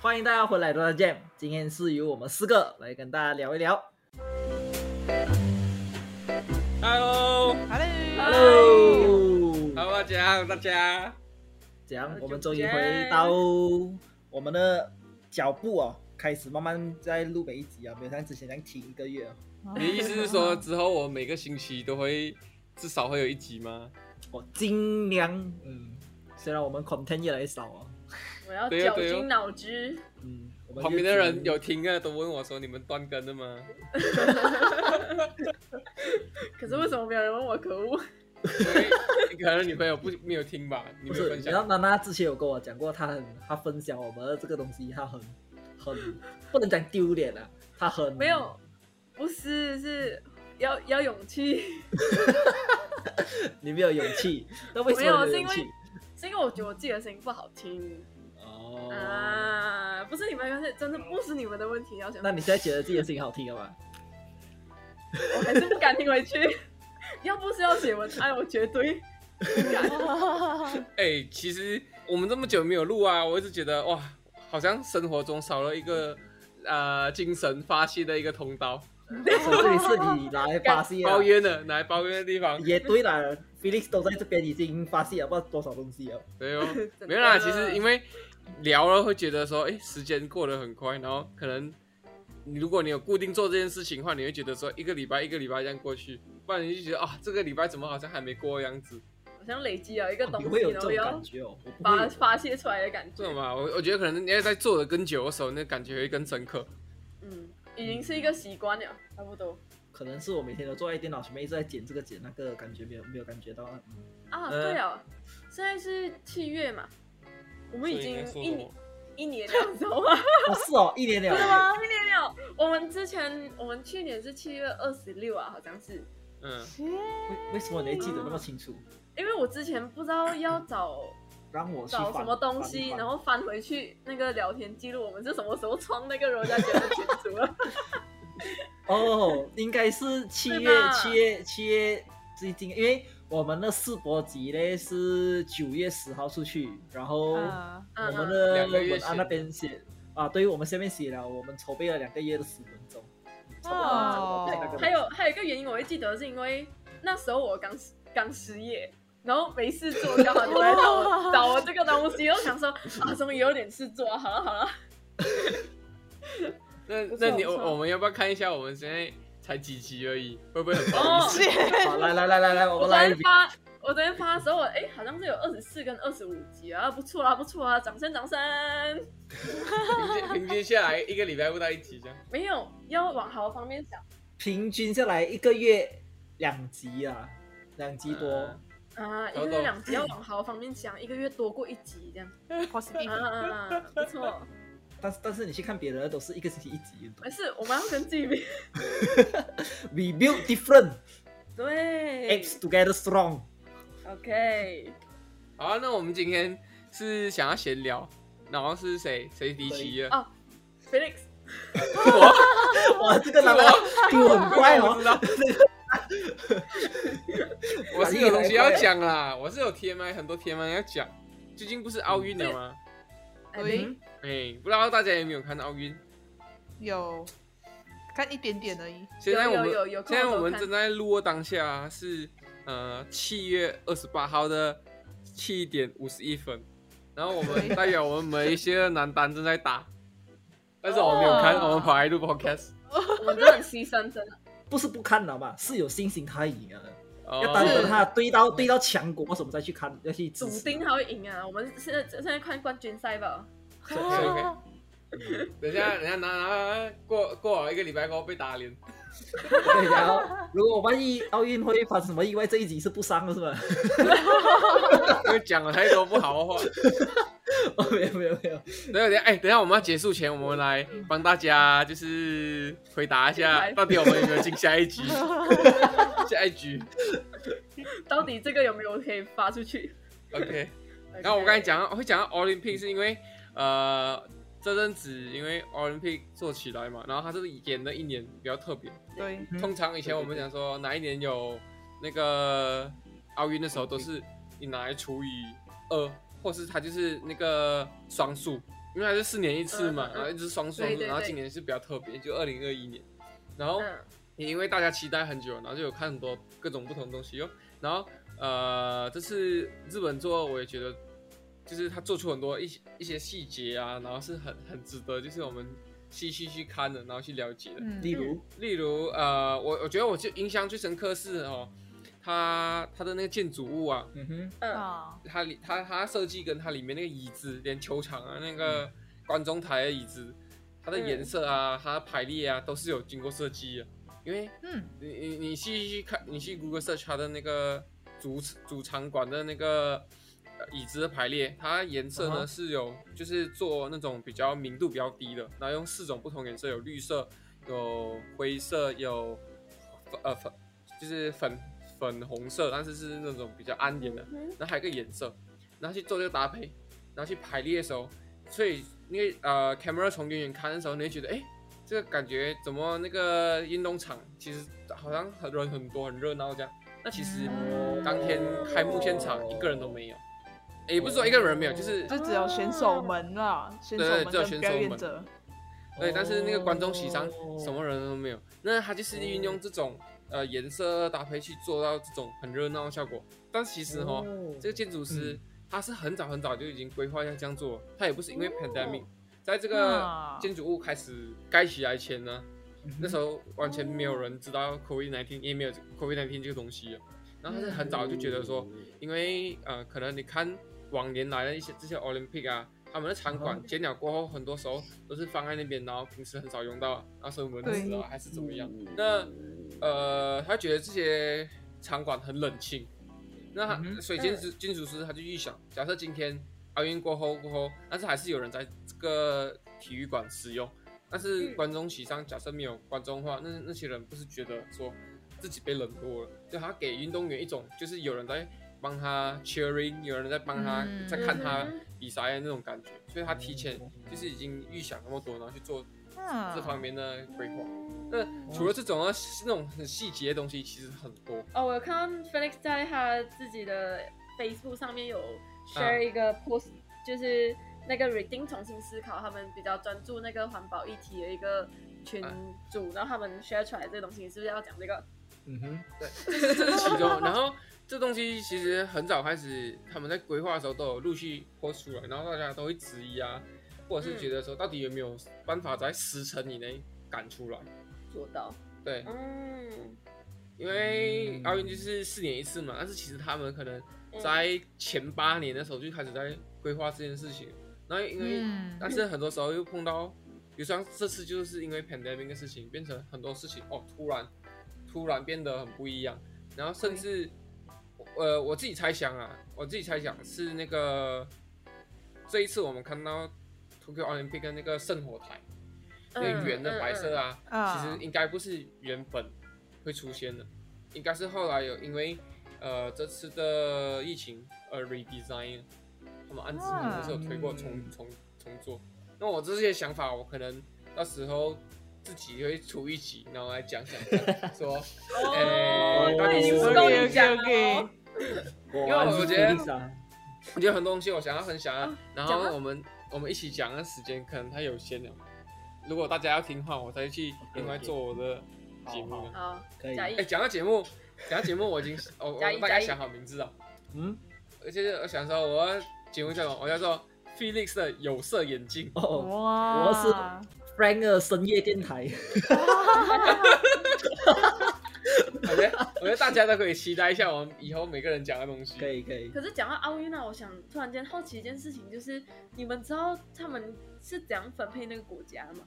欢迎大家回来 d o Jam。今天是由我们四个来跟大家聊一聊。 Hello， Hello， Hello，好大家，大家，怎样好？久我不们终于见回到我们的脚步哦，开始慢慢在录每一集啊，没有像之前那样停一个月、哦。你的意思是说之后我每个星期都会至少会有一集吗？我尽量，嗯，哦虽然我们 content 越来越少哦，我要对哦绞对哦尽脑汁，嗯，我们旁边就的只人有听啊，都问我说你们断更了吗？可是为什么没有人问我？可恶！所以可能女朋友不没有听吧，你不没有是，分你知道享。娜娜之前有跟我讲过，她很她分享我们这个东西，她很很不能讲丢脸啊，她很没有，不是，是要要勇气， 你没有勇气，那为什没有么你有勇是因气为？是因为我觉得我自己的声音不好听哦，啊，不是你们，是真的不是你们的问题，要想那，你现在觉得自己的声音好听了 吗？我还是不敢听回去。 要不是要写文哎案，我绝对不敢。，哎、其实我们这么久没有录啊，我一直觉得哇，好像生活中少了一个呃精神发泄的一个通道，所以这里是你来发泄啊包烟的拿来包烟的地方。也对啦，Felix 都在这边已经发泄了不知道多少东西了。对哦的没有啦。其实因为聊了会觉得说，哎、时间过得很快，然后可能你如果你有固定做这件事情的话，你会觉得说一个礼拜一个礼拜这样过去，不然你就觉得啊，这个礼拜怎么好像还没过的样子，好像累积了一个东哦你西，会有这然后种要感觉哦，我不发会。发泄出来的感这觉。种吧，我我觉得可能你要在做的更久的时候，那感觉会更深刻。嗯，已经是一个习惯了，差不多。可能是我每天都坐在电脑前面一直在剪这个剪那个，感觉没有没有感觉到啊。啊，呃对了，现在是七月嘛，我们已经所以一应该年说一年了，你知道吗？哦，是哦，一年真的了。吗？一年了。我们之前，我们去年是七月二十六啊，好像是，啊嗯，为为什么你会记得那么清楚？因为我之前不知道要找让我去找翻什么东西，然后翻回去那个聊天记录，我们是什么时候创那个柔家姐的群组了？哦，应该是七对月吧七月七月最近，因为我们的世博集呢是九月十号出去，然后我啊，嗯们嗯，的两个月文案前那边写啊，对于我们下面写了，我们筹备了两个月的十分钟，差不多差不多哦在那个还有还有一个原因我会记得，是因为那时候我刚刚失业。然后没事做，刚好就来找我找我这个东西，我想说啊，终于有点事做，好了好了，那不错那你不错我我们要不要看一下我们现在才几集而已，会不会很棒？哦，好，来来来来来，我我们昨来天发，我昨天发的时候，哎、好像是有二十四跟二十五集啊，不错啊，不错啊，掌声掌声！平均平均下来一个礼拜不到一集这样。没有，要往好的方面想平均下来一个月两集啊，两集多嗯。啊，一搞个懂月两集要往好的方面想，一个月多过一集这样啊 positive 啊啊 啊，不错，但是但是你去看别人的都是一个星期一集没事，我们要跟自己比， ，We build different 对 apes together strong。 ，OK，好啊，那我们今天是想要闲聊，然后是谁谁离奇了？哦，Felix，哇，这个男的比我很快我哦知。道。 我是有东西要讲啦，我是有 TMI 很多 TMI 要讲。最近不是奥运了吗？哎、喂嗯哎、不知道大家有没有看奥运？有看一点点而已，现在我们有有有空现在我我都们看正在录的当下啊是呃七月二十八号的七点五十一分，然后我们代表我们马来西亚的男单正在打，但是我们没有看，哦我们跑来录 podcast。我们真的很牺牲，真的，不是不看了嘛，是有信心他赢了，哦啊要等等他对到对到强国什么再去看，要去笃支持。定他会赢啊，我们现在现在看冠军赛吧，所以所以可以等一下，等一下拿拿过过好一个礼拜过后被打脸。对， 然后如果万一奥运会发生什么意外，这一集是不伤的是吧？ 因为讲了太多不好的话。哦，没有没有没有，等一下，等一下，哎、等一下，我们要结束前，我们来帮大家就是回答一下，到底我们有没有进下一 局？下一局到底这个有没有可以发出去？ ，OK。 OK 然后我刚才，讲到，会讲到 Olympic 是因为呃这阵子因为 Olympic 做起来嘛，然后它是演了一年比较特别。对，嗯通常以前我们讲说哪一年有那个奥运的时候，都是你拿来除以二，或是它就是那个双数，因为还是四年一次嘛嗯嗯，嗯然后一直双双对的，对对然后今年是比较特别，就二零二一年，然后嗯，也因为大家期待很久，然后就有看很多各种不同的东西哦。然后呃，这次日本做，我也觉得就是他做出很多一些一些细节啊，然后是很很值得，就是我们细细去看的，然后去了解的。例嗯，如例如呃，我我觉得我最印象最深刻是哦，他他的那个建筑物啊，嗯哼，嗯，啊，它里它它设计跟它里面那个椅子，连球场啊那个观众台的椅子，它的颜色啊，它的排列啊，都是有经过设计的。因为嗯，你你你去去看，你去 Google search 它的那个主主场馆的那个呃椅子的排列，它颜色啊呢、哈是有就是做那种比较明度比较低的，然后用四种不同颜色，有绿色，有灰色，有呃粉就是粉粉红色，但是是那种比较暗点的，然后还有一个颜色，然后去做这个搭配，然后去排列的时候，所以那个呃 camera 从远远看的时候，你会觉得哎。诶这个感觉怎么？那个运动场其实好像很人很多，很热闹这样。那其实嗯当天开幕现场一个人都没有，诶也不是说一个人没有，就是就只有选手们啦，选手对们只有跟选表手演们者，对，但是那个观众席上哦什么人都没有。那他就是运用这种呃颜色搭配去做到这种很热闹的效果。但其实哦哈，哦这个建筑师他是很早很早就已经规划要这样做，他也不是因为哦 pandemic，在这个啊建筑物开始盖起来前呢，那时候候完全没有人知道 COVID 1 9也没有 COVID 1 9这个东西了，啊然后他是很早就觉得说，因为呃，可能你看往年来的一些这些 Olympic 啊，他们的场馆建了过后，很多时候都是放在那边，然后平时很少用到，然后是蚊子对啊还是怎么样。那呃，他觉得这些场馆很冷清，那嗯他哼所以建筑建筑师他就预想，假设今天奥运过后过后，但是还是有人在这个体育馆使用，但是嗯观众席上假设没有观众的话，那那些人不是觉得说自己被冷落了，就他给运动员一种就是有人在帮他 cheering，有人在帮他、嗯在看他嗯比赛的那种感觉，所以他提前就是已经预想那么多，然后去做嗯，这方面的规划。那除了这种啊，那种很细节的东西其实很多。哦，我有看到 Felix 在他自己的 Facebook 上面有嗯 share 一个 post，、就是那个 Reading 重新思考，他们比较专注那个环保议题的一个群嗯组，然后他们 share 出来这个东西，你是不是要讲这个？嗯哼，这 是其中。然后这东西其实很早开始，他们在规划的时候都有陆续播出来，然后大家都会质疑啊，或者是觉得说到底有没有办法在十成以内赶出来？做到，对，嗯，因为奥运就是四年一次嘛，但是其实他们可能嗯在前八年的时候就开始在规划这件事情，然后因为、嗯但是很多时候又碰到，比如说像这次就是因为 pandemic 的事情，变成很多事情哦突然突然变得很不一样，然后甚至呃我自己猜想啊，我自己猜想是那个这一次我们看到 Tokyo Olympic 跟那个圣火台，那嗯个圆的白色啊，啊，啊其实应该不是原本会出现的，应该是后来有因为呃这次的疫情呃 redesign，他们安置可能是有推过嗯重重重做。那我这些想法，我可能到时候自己会出一集，然后来讲讲看 说，哎哦，到底对，是不够你讲哦，因因为我觉得我觉得很多东西我想要分享啊嗯，然讲啊后我们我们一起讲的时间可能太有限了。如果大家要听的话，我再去另嗯外做我的节目啊好了好。好，可以，加一 哎、讲到节目，讲到节目，我已经哦我我加一大加概一想好名字了，嗯，而且我想说我要节目叫什么？我叫做 Felix 的有色眼镜。哦哇，我是，Frank 的深夜电台，我觉得我觉得大家都可以期待一下我们以后每个人讲的东西。可以可以，可是讲到奥运啊，我想突然间好奇一件事情，就是你们知道他们是怎样分配那个国家吗？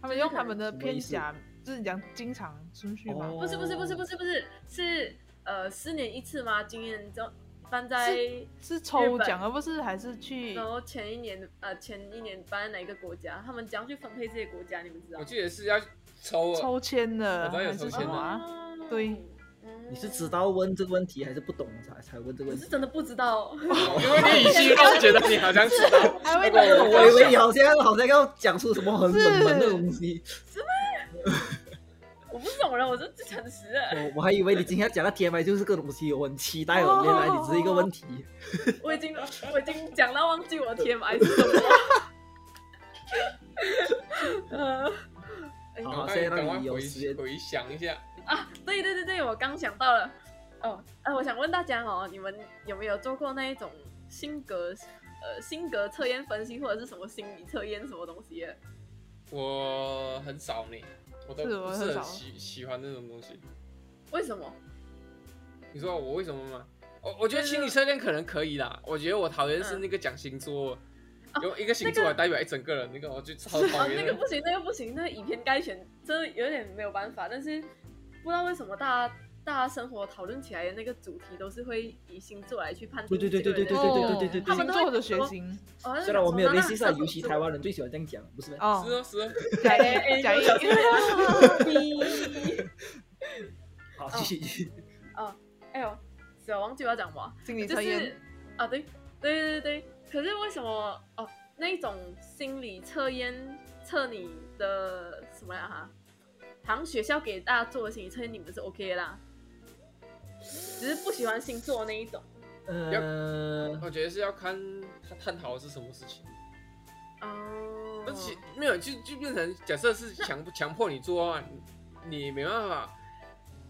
他们用他们的什么偏意思狭，就是讲经常顺序吗？哦不是不是不是不是不是是呃四年一次吗？今年就搬在是抽日本奖，而不是还是去然后前一年呃前一年搬在哪一个国家？他们怎样去分配这些国家？你们知道我吗？记得是要抽啊抽签的，我知道有还是抽什签的么啊？哦对，嗯你是知？道问这个问题还是不懂才才问这个我问是题？真的不知道，因为你语气让我觉得你好像知 道。还会那个我以为你好像好像要讲出什么很冷门的东西，我不是这种人，我是最诚实 的。我我还以为你今天要讲的 TMI 就是这个东西，我很期待哦。原来你只是一个问题， 我已经我已经讲到忘记我的 TMI 是什么了。呃，好哎赶好，快现在赶快让你有回时间回想一下，对对对对，我刚想到了。哦，呃，我想问大家哦，你们有没有做过那一种性格呃性格测验分析或者是什么心理测验什么东西的？我很少呢，我都是不我是很少很喜喜欢那种东西。为什么？你说我为什么吗？我我觉嗯得心理测验可能可以啦，我觉得我讨厌是那个讲星座，嗯有一个星座来代表一整个人，那个我就超讨哦，厌那的个不行，那个不行，那个以偏概全，真的有点没有办法。但是不知道为什么大家大家生活讨论起来的那个主题都是会以星座来去判定对对对对这个人对对对对对对他对们。星座或者血型，哦那虽然我没有从联那系上，那尤其台湾人最喜欢这样讲，不是吗？哦是，哦是哦，假哎一假哎一，小心好，继续继续。 哎呦，死了，忘记我要讲什么啊。 心理就测是验，啊，对对对对对。可是为什么哦？那一种心理测验测你的什么呀？哈，好像学校给大家做的心理测验，你们是 OK 的啦，只是不喜欢星座那一种呃，我觉得是要看他探讨的是什么事情，哦。而且没有就就变成假设是强强迫你做啊，你你没办法，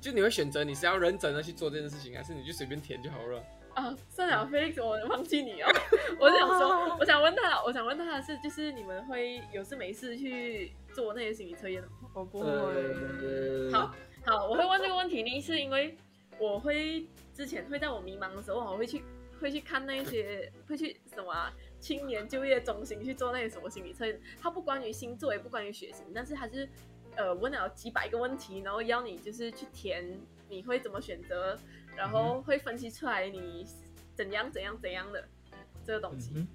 就你会选择你是要认真的去做这件事情，还是你就随便填就好了。啊，算了，Felix，我忘记你哦。 我想说，我想问他，我想问他的是，就是你们会有事没事去做那些心理测验吗？我不会，呃，好，好，我会问这个问题呢，是因为我会之前会在我迷茫的时候，我会去会去看那些会去什么、啊、青年就业中心去做那些什么心理测验，它不关于星座，也不关于血型，但是它是呃问了几百个问题，然后要你就是去填你会怎么选择，然后会分析出来你怎样怎样怎样的这个东西。嗯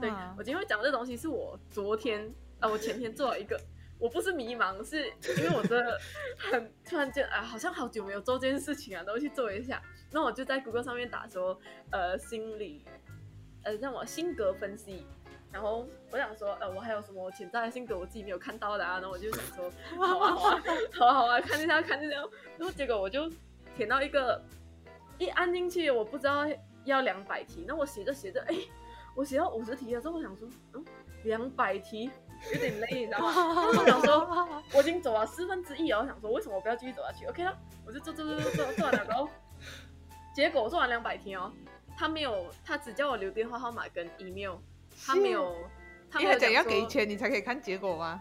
对哇我今天会讲这东西，是我昨天啊、我前天做了一个，我不是迷茫，是因为我真的很突然间啊，好像好久没有做这件事情啊，然后去做一下。那我就在 Google 上面打说，呃，心理，呃，让我性格分析。然后我想说，呃，我还有什么潜在的性格我自己没有看到的啊？然后我就想说，好啊好啊好啊好啊，看一下看一下。然后结果我就填到一个，一按进去我不知道要两百题，那我写着写着，哎，我写到五十题的时候，我想说，嗯，两百题有点累，你知道 吗？然后我想说，我已经走了四分之一了，我想说，为什么我不要继续走下去？OK 了，我就做做做做做做完了，然后结果我做完两百题哦，他没有，他只叫我留电话号码跟 email，他没有，他你没还有讲要说给钱你才可以看结果 吗？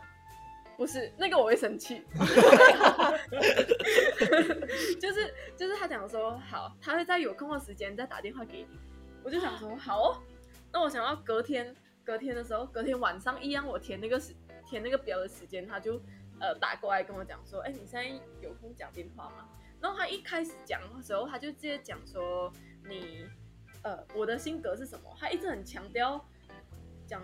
不是那个我会生气， 就是就是他讲说好，他会在有空的时间再打电话给你，我就想说好、哦，那我想要隔天隔天的时候，隔天晚上一样我填那个时填那个表的时间，他就呃打过来跟我讲说，哎，你现在有空讲电话吗？然后他一开始讲的时候，他就直接讲说你呃我的性格是什么，他一直很强调讲。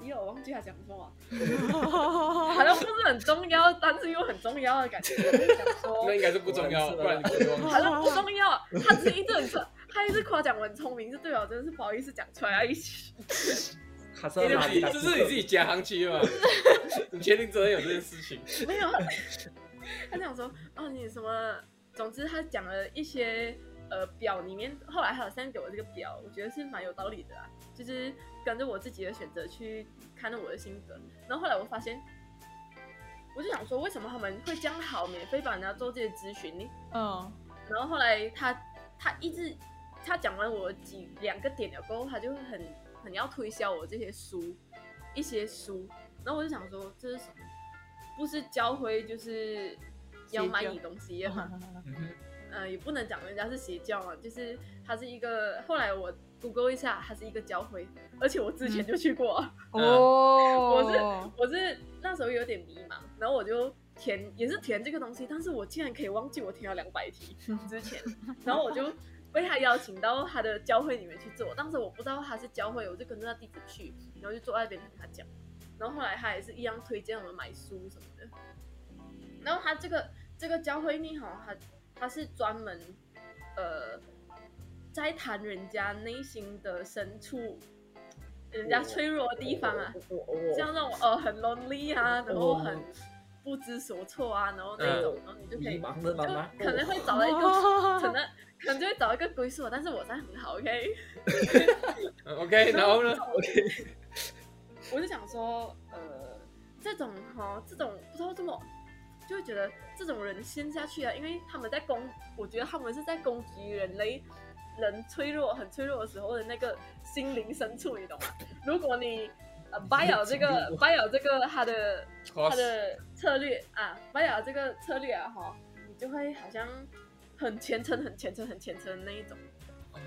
死了，我忘记他讲什么了 好像不是很重要，但是又很重要的感 觉。我就想那说，应该是不重要，不果然然是你可以忘记。好像不重要，他只是一直很聪，他一直夸奖我很聪明，是对我真的是不好意思讲出来啊！一起，卡萨这拉是你这是你自己加上去的嘛？ 你确定真的有这件事情？ 没有，他讲说，哦，你什么？总之，他讲了一些呃表里面，后来还有 send 给我这个表，我觉得是蛮有道理的啦，就是跟着我自己的选择去看着我的性格。然后后来我发现，我就想说，为什么他们会这样好，免费帮人家做这些咨询呢？嗯，然后后来他他一直他讲完我几两个点了过后，他就很很要推销我这些书，一些书，然后我就想说这是什么？不是教会就是要卖你东西的嘛，呃，也不能讲人家是邪教嘛，就是它是一个后来我 Google 一下，它是一个教会，而且我之前就去过。啊哦，我是那时候有点迷茫，然后我就填也是填这个东西，但是我竟然可以忘记我填了两百题之前，然后我就被他邀请到他的教会里面去做，当时我不知道他是教会，我就跟着他弟子去，然后就坐在那边听他讲，然后后来他也是一样推荐我们买书什么的，然后他这个这个教会呢，哈，他他是专门呃在谈人家内心的深处。人家脆弱的地方啊，我这我样让我呃很 lonely 啊，然哦后很不知所措啊，然后那种，然后你就可嗯迷以茫啊的就妈妈，可能会找到一个， 可能可能就会找到一个归宿，但是我现在很好，OK。嗯 OK，然后呢？ OK，我就想说，呃，这种哈，这种不知道这么，就会觉得这种人陷下去啊，因为他们在攻，我觉得他们是在攻击人类人脆弱、很脆弱的时候的那个心灵深处，你懂吗？如果你呃 buy 了这个 buy 了这个他的他 cos 的策略啊，玛雅这个策略啊，哈，你就会好像很虔诚、很虔诚、很虔诚的那一种，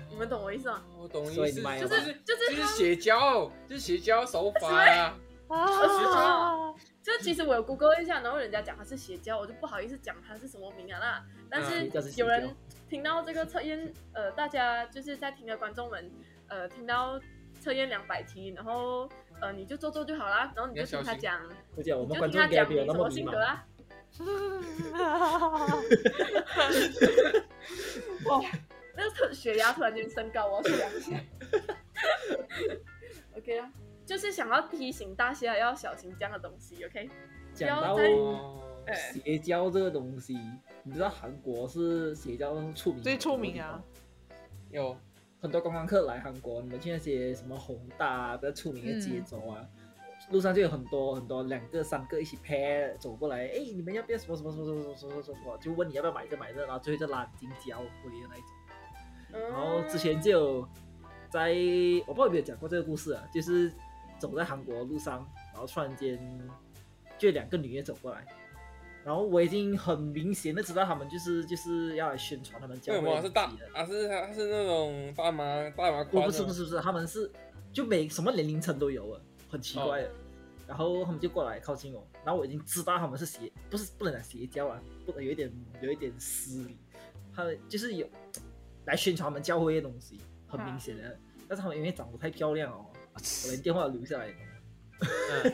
你们懂我意思吗？我懂所意以思，你买就了就是是就是就是邪教，就是邪教手法 啊。啊，就其实我有 Google 一下，然后人家讲他是邪教，我就不好意思讲他是什么名啊啦。但嗯是邪教是邪有人教听到这个测验，呃，大家就是在听的观众们，呃，听到测验两百题，然后呃，你就做做就好啦，然后你你就要听小他心讲，而且我们你就观众听他讲 gap 你有什那么么迷性茫格，啊。哇，那个血压突然间升高，我要去量一下。OK 啊，就是想要提醒大家要小心这样的东西，OK？讲到不要哦哎、邪教这个东西，你知道韩国是邪教出名最出名啊，有很多观光客来韩国，你们去那些什么宏大啊，比较出名的街州啊，路上就有很多很多两个三个一起 pair 走过来，哎，你们要不要什么什么什么什么什么什么什么什么，就问你要不要买这买这，然后最后就拉你进交回的那一种。然嗯后之前就有在我不知道有没有讲过这个故事啊，就是走在韩国路上，然后突然间就有两个女的走过来，然后我已经很明显的知道他们就是就是要来宣传他们教为什会么的是大东西的啊？是他是那种大麻大麻不宽？不是 不是不是，他们是就每什么年龄层都有啊，很奇怪的。哦然后他们就过来靠近我，然后我已经知道他们是邪，不是不能讲邪教啊，不有一点有一点失礼，他们就是有来宣传他们教会的东西，很明显的。但是他们因为长得太漂亮哦，我连电话留下来，嗯，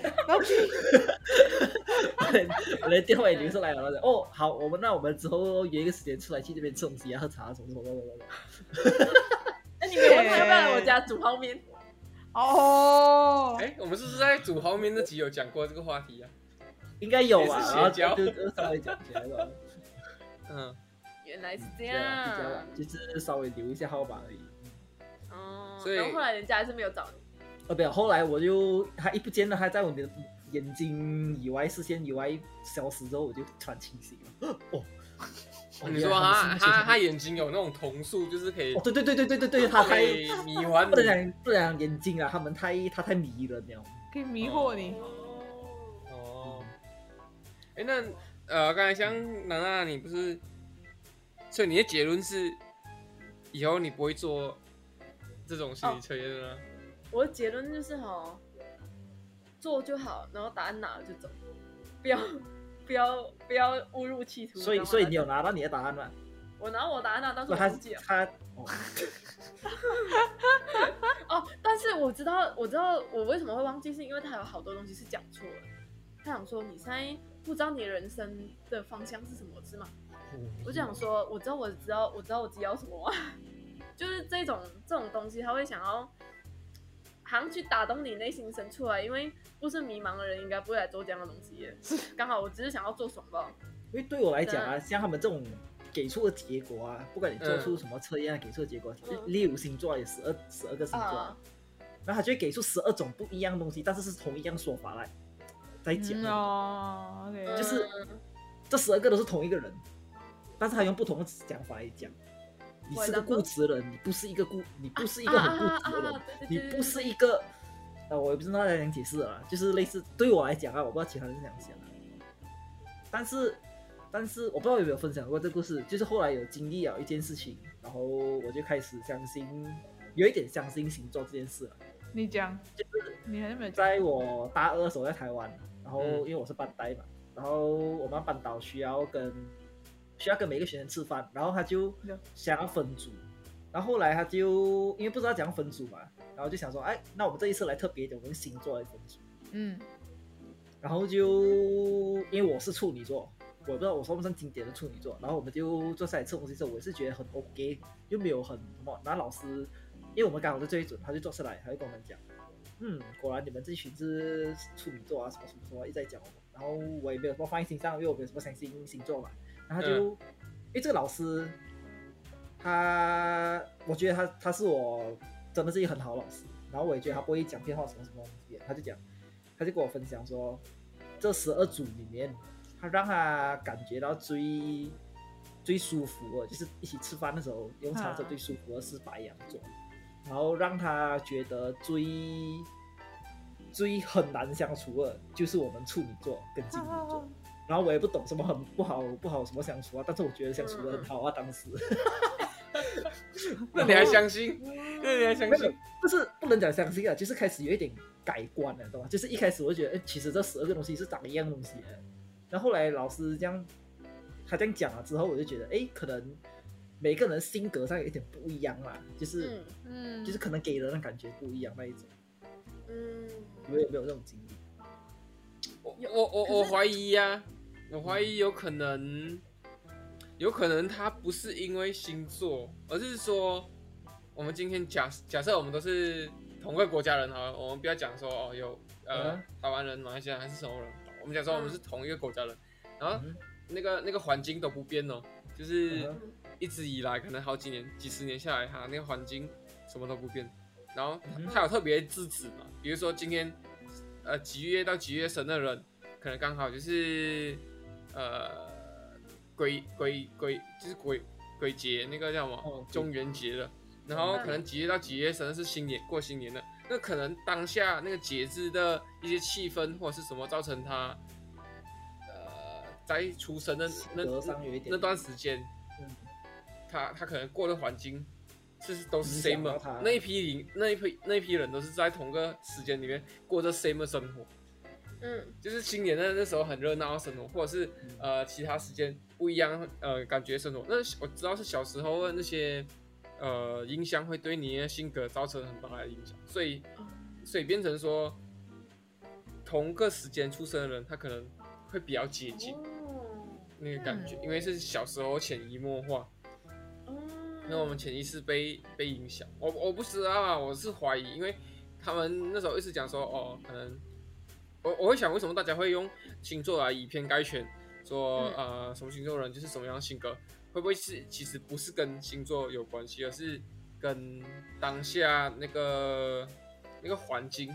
我连我连电话也留下来了。然后讲哦，好，我们那我们之后约一个时间出来去这边吃东西啊，喝茶什么什么什么什么。那哎你没有问他要不要来我家煮泡面？哦，哎，我们是不是在煮豪面那集有讲过这个话题啊？应该有也是啊，邪然后教就就稍微讲一下吧。嗯， 原来是这对啊，就这样样啦，就是稍微留一下号码而已。哦。所以然后后来人家还是没有找你，呃，没有，后来我就他一不见了，他在我的眼睛以外、视线以外消失之后，我就突然清醒了。哦，哦你说原来他是那他些他眼睛有那种瞳素，就是可以哦，对对对对对对对，他太被迷幻不能你。讲不能讲眼睛啊，他们太他太迷人了。可以迷惑你，哦，哦，哎，那呃，刚才像娜娜，你不是，所以你的结论是，以后你不会做这种哦心理测验了啦？我的结论就是哈，做就好，然后答案拿了就走，不要不要不要误入歧途。所以知道吗所以你有拿到你的答案吗？我拿我答案拿到时不，候他我忘记了他哦，哦，但是我知道，我知道我为什么会忘记，是因为他有好多东西是讲错了。他想说你现在不知道你人生的方向是什么，是吗？哦我就想说，我知道，我知道，我知道我自己要什么、啊， 就是这种这种东西，他会想要好像去打动你内心深处啊，因为不是迷茫的人应该不会来做这样的东西 的。刚好我只是想要做爽啊报，因为对我来讲啊，像他们这种给出的结果啊，不管你做出什么测验啊，给出的结果，嗯例如星座有十二十二个星座啊啊，然后他就会给出十二种不一样的东西，但是是同一样说法来在讲嗯的，哦，OK，嗯就是这十二个都是同一个人，但是他用不同的讲法来讲。你是个固执人，你不是一个固，你不是一个很固执的人，啊啊啊啊对你对对不是一个，呃，我也不知道该怎样解释了啦，就是类似对我来讲啊，我不知道其他人是怎样想的，但是，但是我不知道有没有分享过这故事，就是后来有经历了一件事情，然后我就开始相信，有一点相信星座这件事了。你讲，你还没有讲在我大二的时候在台湾，然后嗯因为我是班代嘛，然后我们班导需要跟需要跟每一个学生吃饭，然后他就嗯想要分组，然后后来他就因为不知道怎样分组嘛，然后就想说，哎，那我们这一次来特别一点，我们星座来分组，嗯，然后就因为我是处女座。我不知道我算不算经典的处女座，然后我们就坐下来吃东西的时候，我也是觉得很 OK，又没有很什么。然后老师，因为我们刚好在这一组，他就坐下来，他就跟我们讲，嗯，果然你们这群是处女座啊，什么什么什么，一直在讲我。然后我也没有什么放在心上，因为我没有什么相信星座嘛。然后他就，因为这个老师，他，我觉得他他是我真的是一个很好的老师。然后我也觉得他不会讲骗话什么什么东西，他就讲，他就跟我分享说，这十二组里面，他让他感觉到最最舒服的，就是一起吃饭的时候用餐的时候啊最舒服的是白羊座，然后让他觉得最最很难相处的，就是我们处女座跟金牛座。哦然后我也不懂什么很不好不好什么相处啊，但是我觉得相处的很好啊，当时。那你还相信？那你还相没有信？，就是不能讲相信啊，就是开始有一点改观了，懂吗？就是一开始我就觉得，哎，其实这十二个东西是长一样东西的。然后后来老师这样，他这样讲了之后，我就觉得，哎，可能每个人性格上有一点不一样啦，就是、嗯嗯，就是可能给人的感觉不一样那一种。嗯，你们有没有这种经历？我我我可是我怀疑呀、我怀疑有可能，有可能他不是因为星座，而是说我们今天假假设我们都是同个国家人好了，我们不要讲说哦有呃、嗯台湾人、马来西亚人还是什么人，我们讲说我嗯们是同一个国家人，然后嗯那个那个环境都不变哦，就是。嗯一直以来，可能好几年、几十年下来，哈，那个环境什么都不变。然后嗯哼他有特别制止嘛，比如说今天，呃，几月到几月生的人，可能刚好就是，呃，鬼鬼鬼，就是鬼鬼节那个叫什么、哦嗯对中元节了。然后可能几月到几月生的是新年过新年的，那可能当下那个节日的一些气氛或者是什么，造成他，呃，在出生的那性格那上有一点那段时间，嗯他他可能过的环境是都是影 same 响到的他那一批人那一批那一批人都是在同个时间里面过着 same 的生活，嗯就是新年的那时候很热闹的生活，或者是嗯呃其他时间不一样呃感觉生活。那我知道是小时候的那些呃影响会对你的性格造成很大的影响，所以所以变成说同个时间出生的人，他可能会比较接近哦那个感觉，嗯因为是小时候潜移默化。哦，那我们潜意识被被影响。我我不知道啊，我是怀疑，因为他们那时候一直讲说，哦，可能我我会想，为什么大家会用星座来以偏概全，说、嗯呃什么星座人就是什么样的性格，会不会是其实不是跟星座有关系，而是跟当下那个那个环境。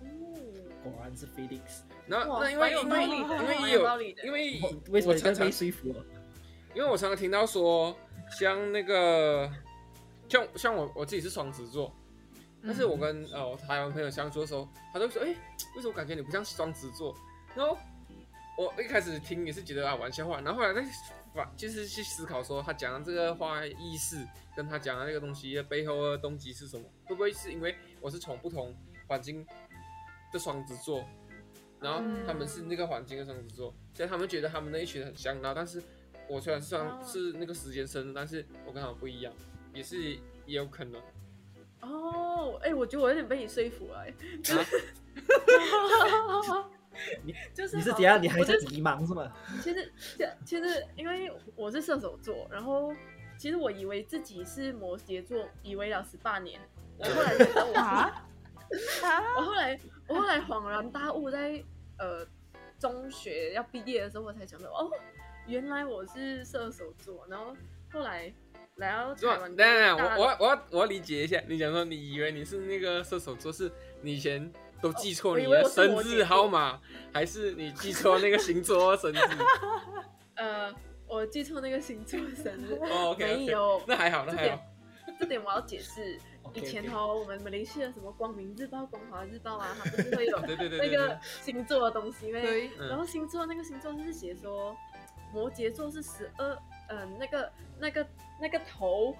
哦果然是 Felix，那哇那因为蛮有因道为理的因为蛮也有道有理的因为 为什么我你这常样常被说服了？因为我常常听到说，像那个，像像我我自己是双子座，但是我跟、呃我台湾朋友相处的时候，他都说，哎、为什么感觉你不像双子座？然后我一开始听也是觉得啊玩笑话，然后后来再反就是去思考说他讲的这个话的意思，跟他讲的那个东西的背后的动机是什么？会不会是因为我是从不同环境的双子座，然后他们是那个环境的双子座，所以他们觉得他们那一群很像，然后但是我虽然是双、哦是那个时间生的，但是我跟他们不一样，也是也有可能。哦，哎、我觉得我有点被你说服了、哎就是啊 你是好怎样？你还我就在迷茫是吗？其实，其其实因为我是射手座，然后其实我以为自己是摩羯座，以为了十八年，我后来觉得我是，啊啊，我后来我后来恍然大悟在，呃中学要毕业的时候，我才想到哦，原来我是射手座，然后后来来到是台吧？等湾，等等，大我我要我要我要理解一下，你讲说你以为你是那个射手座，是你以前都记错你哦我以为的我是生摩羯日座号码，还是你记错那个星座的生日？ 呃我记错那个星座生日，哦，OK，没有那还好，那这还好点。这点我要解释。 OK，OK 以前哦，我们马来西亚什么《光明日报》《光华日报》啊，它不是会有对对 对那对对个星座的东西，因为对，嗯然后星座那个星座是写说摩羯座是十二，嗯，那个那个那个头，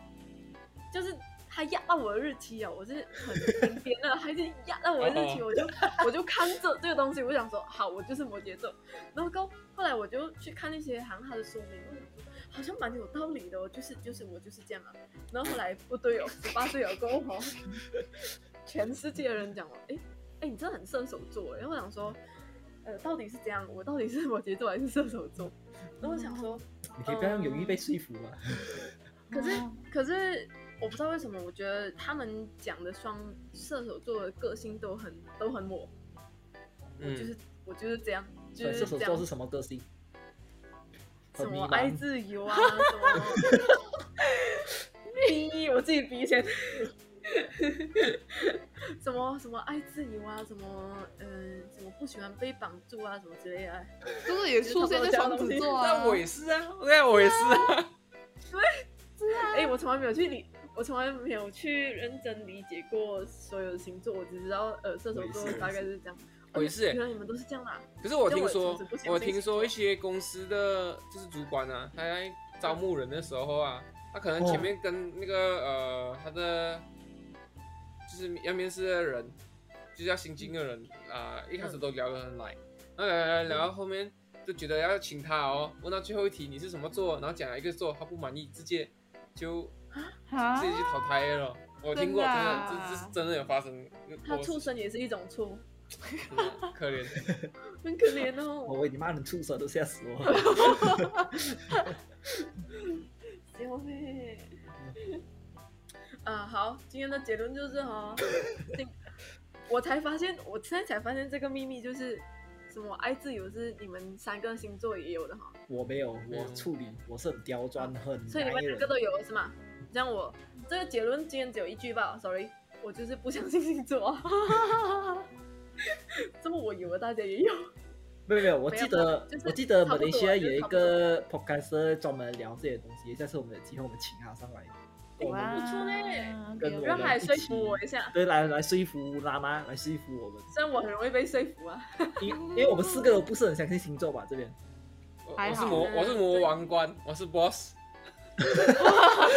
就是他压到我的日期啊，我是很疯癫的， 还是压到我的日期，哦我就我就看着这个东西，我就想说好，我就是摩羯座。然后后后来我就去看一些行他的说明，我想说好像蛮有道理的、哦，就是就是我就是这样啊。然后后来不对哦，十八岁有过后，全世界的人讲我，哎哎，你真的很射手座耶。欸然后我想说，呃，到底是怎样？我到底是摩羯座还是射手座？然后我想说，你可以不要用嗯犹豫被说服吗？可是可是我不知道为什么，我觉得他们讲的双射手座的个性都很都很我，我就嗯是我就是这样，所就以是射手这座样是，什么个性？什很迷么茫 爱自 由啊，什么逼，我自己逼先。 什么什么爱自由啊，什么嗯、什么不喜欢被绑住啊，什么之类的。就是也出现在双子座啊那。我也是啊，那我也是啊，哎、我从来没有去理，我从来没有去认真理解过所有的星座，我只知道呃射手我也是座我也是大概是这样。呃我也是欸原来你们都是这样啦、啊可是我听那我说也是不，相信我听说一些公司的就是主管啊，他在招募人的时候啊，他可能前面跟那个、呃他的就是要面试的人，就是要新进的人啊、一开始都聊得很来，然后聊聊聊到后面就觉得要请他哦，问到最后一题你是什么座，然后讲了一个座他不满意，直接就啊自己去淘汰了。我听过，真真的的啊，这这是真的有发生。他我畜生也是一种错，嗯可怜，很可怜 哦。我为你骂人畜生都吓死 我。救命！ 啊，好，今天的结论就是 哈，这我才发现，我现在才发现这个秘密就是什么爱自由是你们三个星座也有的哈，我没有，没有我处理我是很刁钻，很哦所以你们男两人个。都有是吗？这样我这个结论今天只有一句吧，sorry，我就是不相信星座， 这么我以为大家也有，没有没有，我记得就是我记得差马不多来西亚有一个 podcast 专门聊这些东西，下次我们有机会我们请他上来，跟我哇们不错嘞跟我让他来们说一起服，我一下，对，来来说服拉妈，来说服我们，虽然我很容易被说服啊。因因为我们四个都不是很相信星座吧，这边。哦我还我是好魔，嗯我是魔王冠，我是 boss。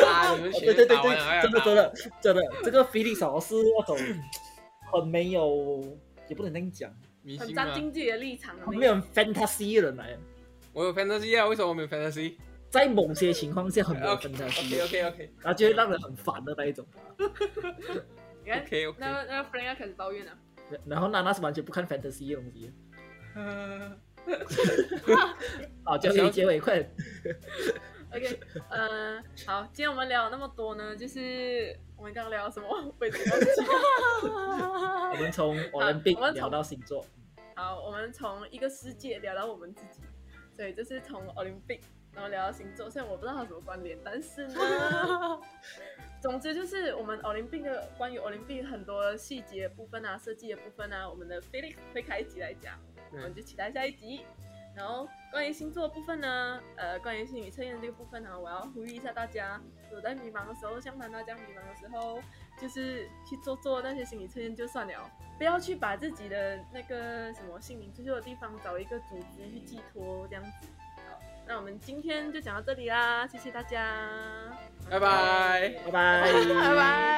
啊！你们哦学对对对打完了哎对，呀真的打真完了的真的，这个菲利少是那种很没有，也不能这样讲，明很星站吗？经济的立场的那没有种。很 fantasy 的人来，我有 fantasy 啊，为什么我没有 fantasy？在某些情况下很没有 OK OK fantasy， OK OK 然后就会让人很烦的那一种。你看， OK OK。那那 Frank 要开始抱怨了。然后娜娜是完全不看 fantasy 的东西。好，交给你结尾，快点。 OK，嗯、好，今天我们聊了那么多呢，就是我们刚刚聊了什么？我已经忘记了。我们从我们我们从聊到星座， 好，我们从一个世界聊到我们自己，所以就是从 Olympic，然后聊到星座。虽然我不知道它有什么关联，但是呢，总之就是我们 Olympic 的关于 Olympic 很多细节部分啊、设计的部分啊，我们的 Felix 会开一集来讲。我们就期待下一集。然后关于星座的部分呢，呃，关于心理测验的这个部分呢，我要呼吁一下大家，有在迷茫的时候，像潘大家迷茫的时候，就是去做做那些心理测验就算了，不要去把自己的那个什么心灵出秀的地方找一个组织去寄托这样子。好，那我们今天就讲到这里啦，谢谢大家，拜拜 拜拜。 拜拜。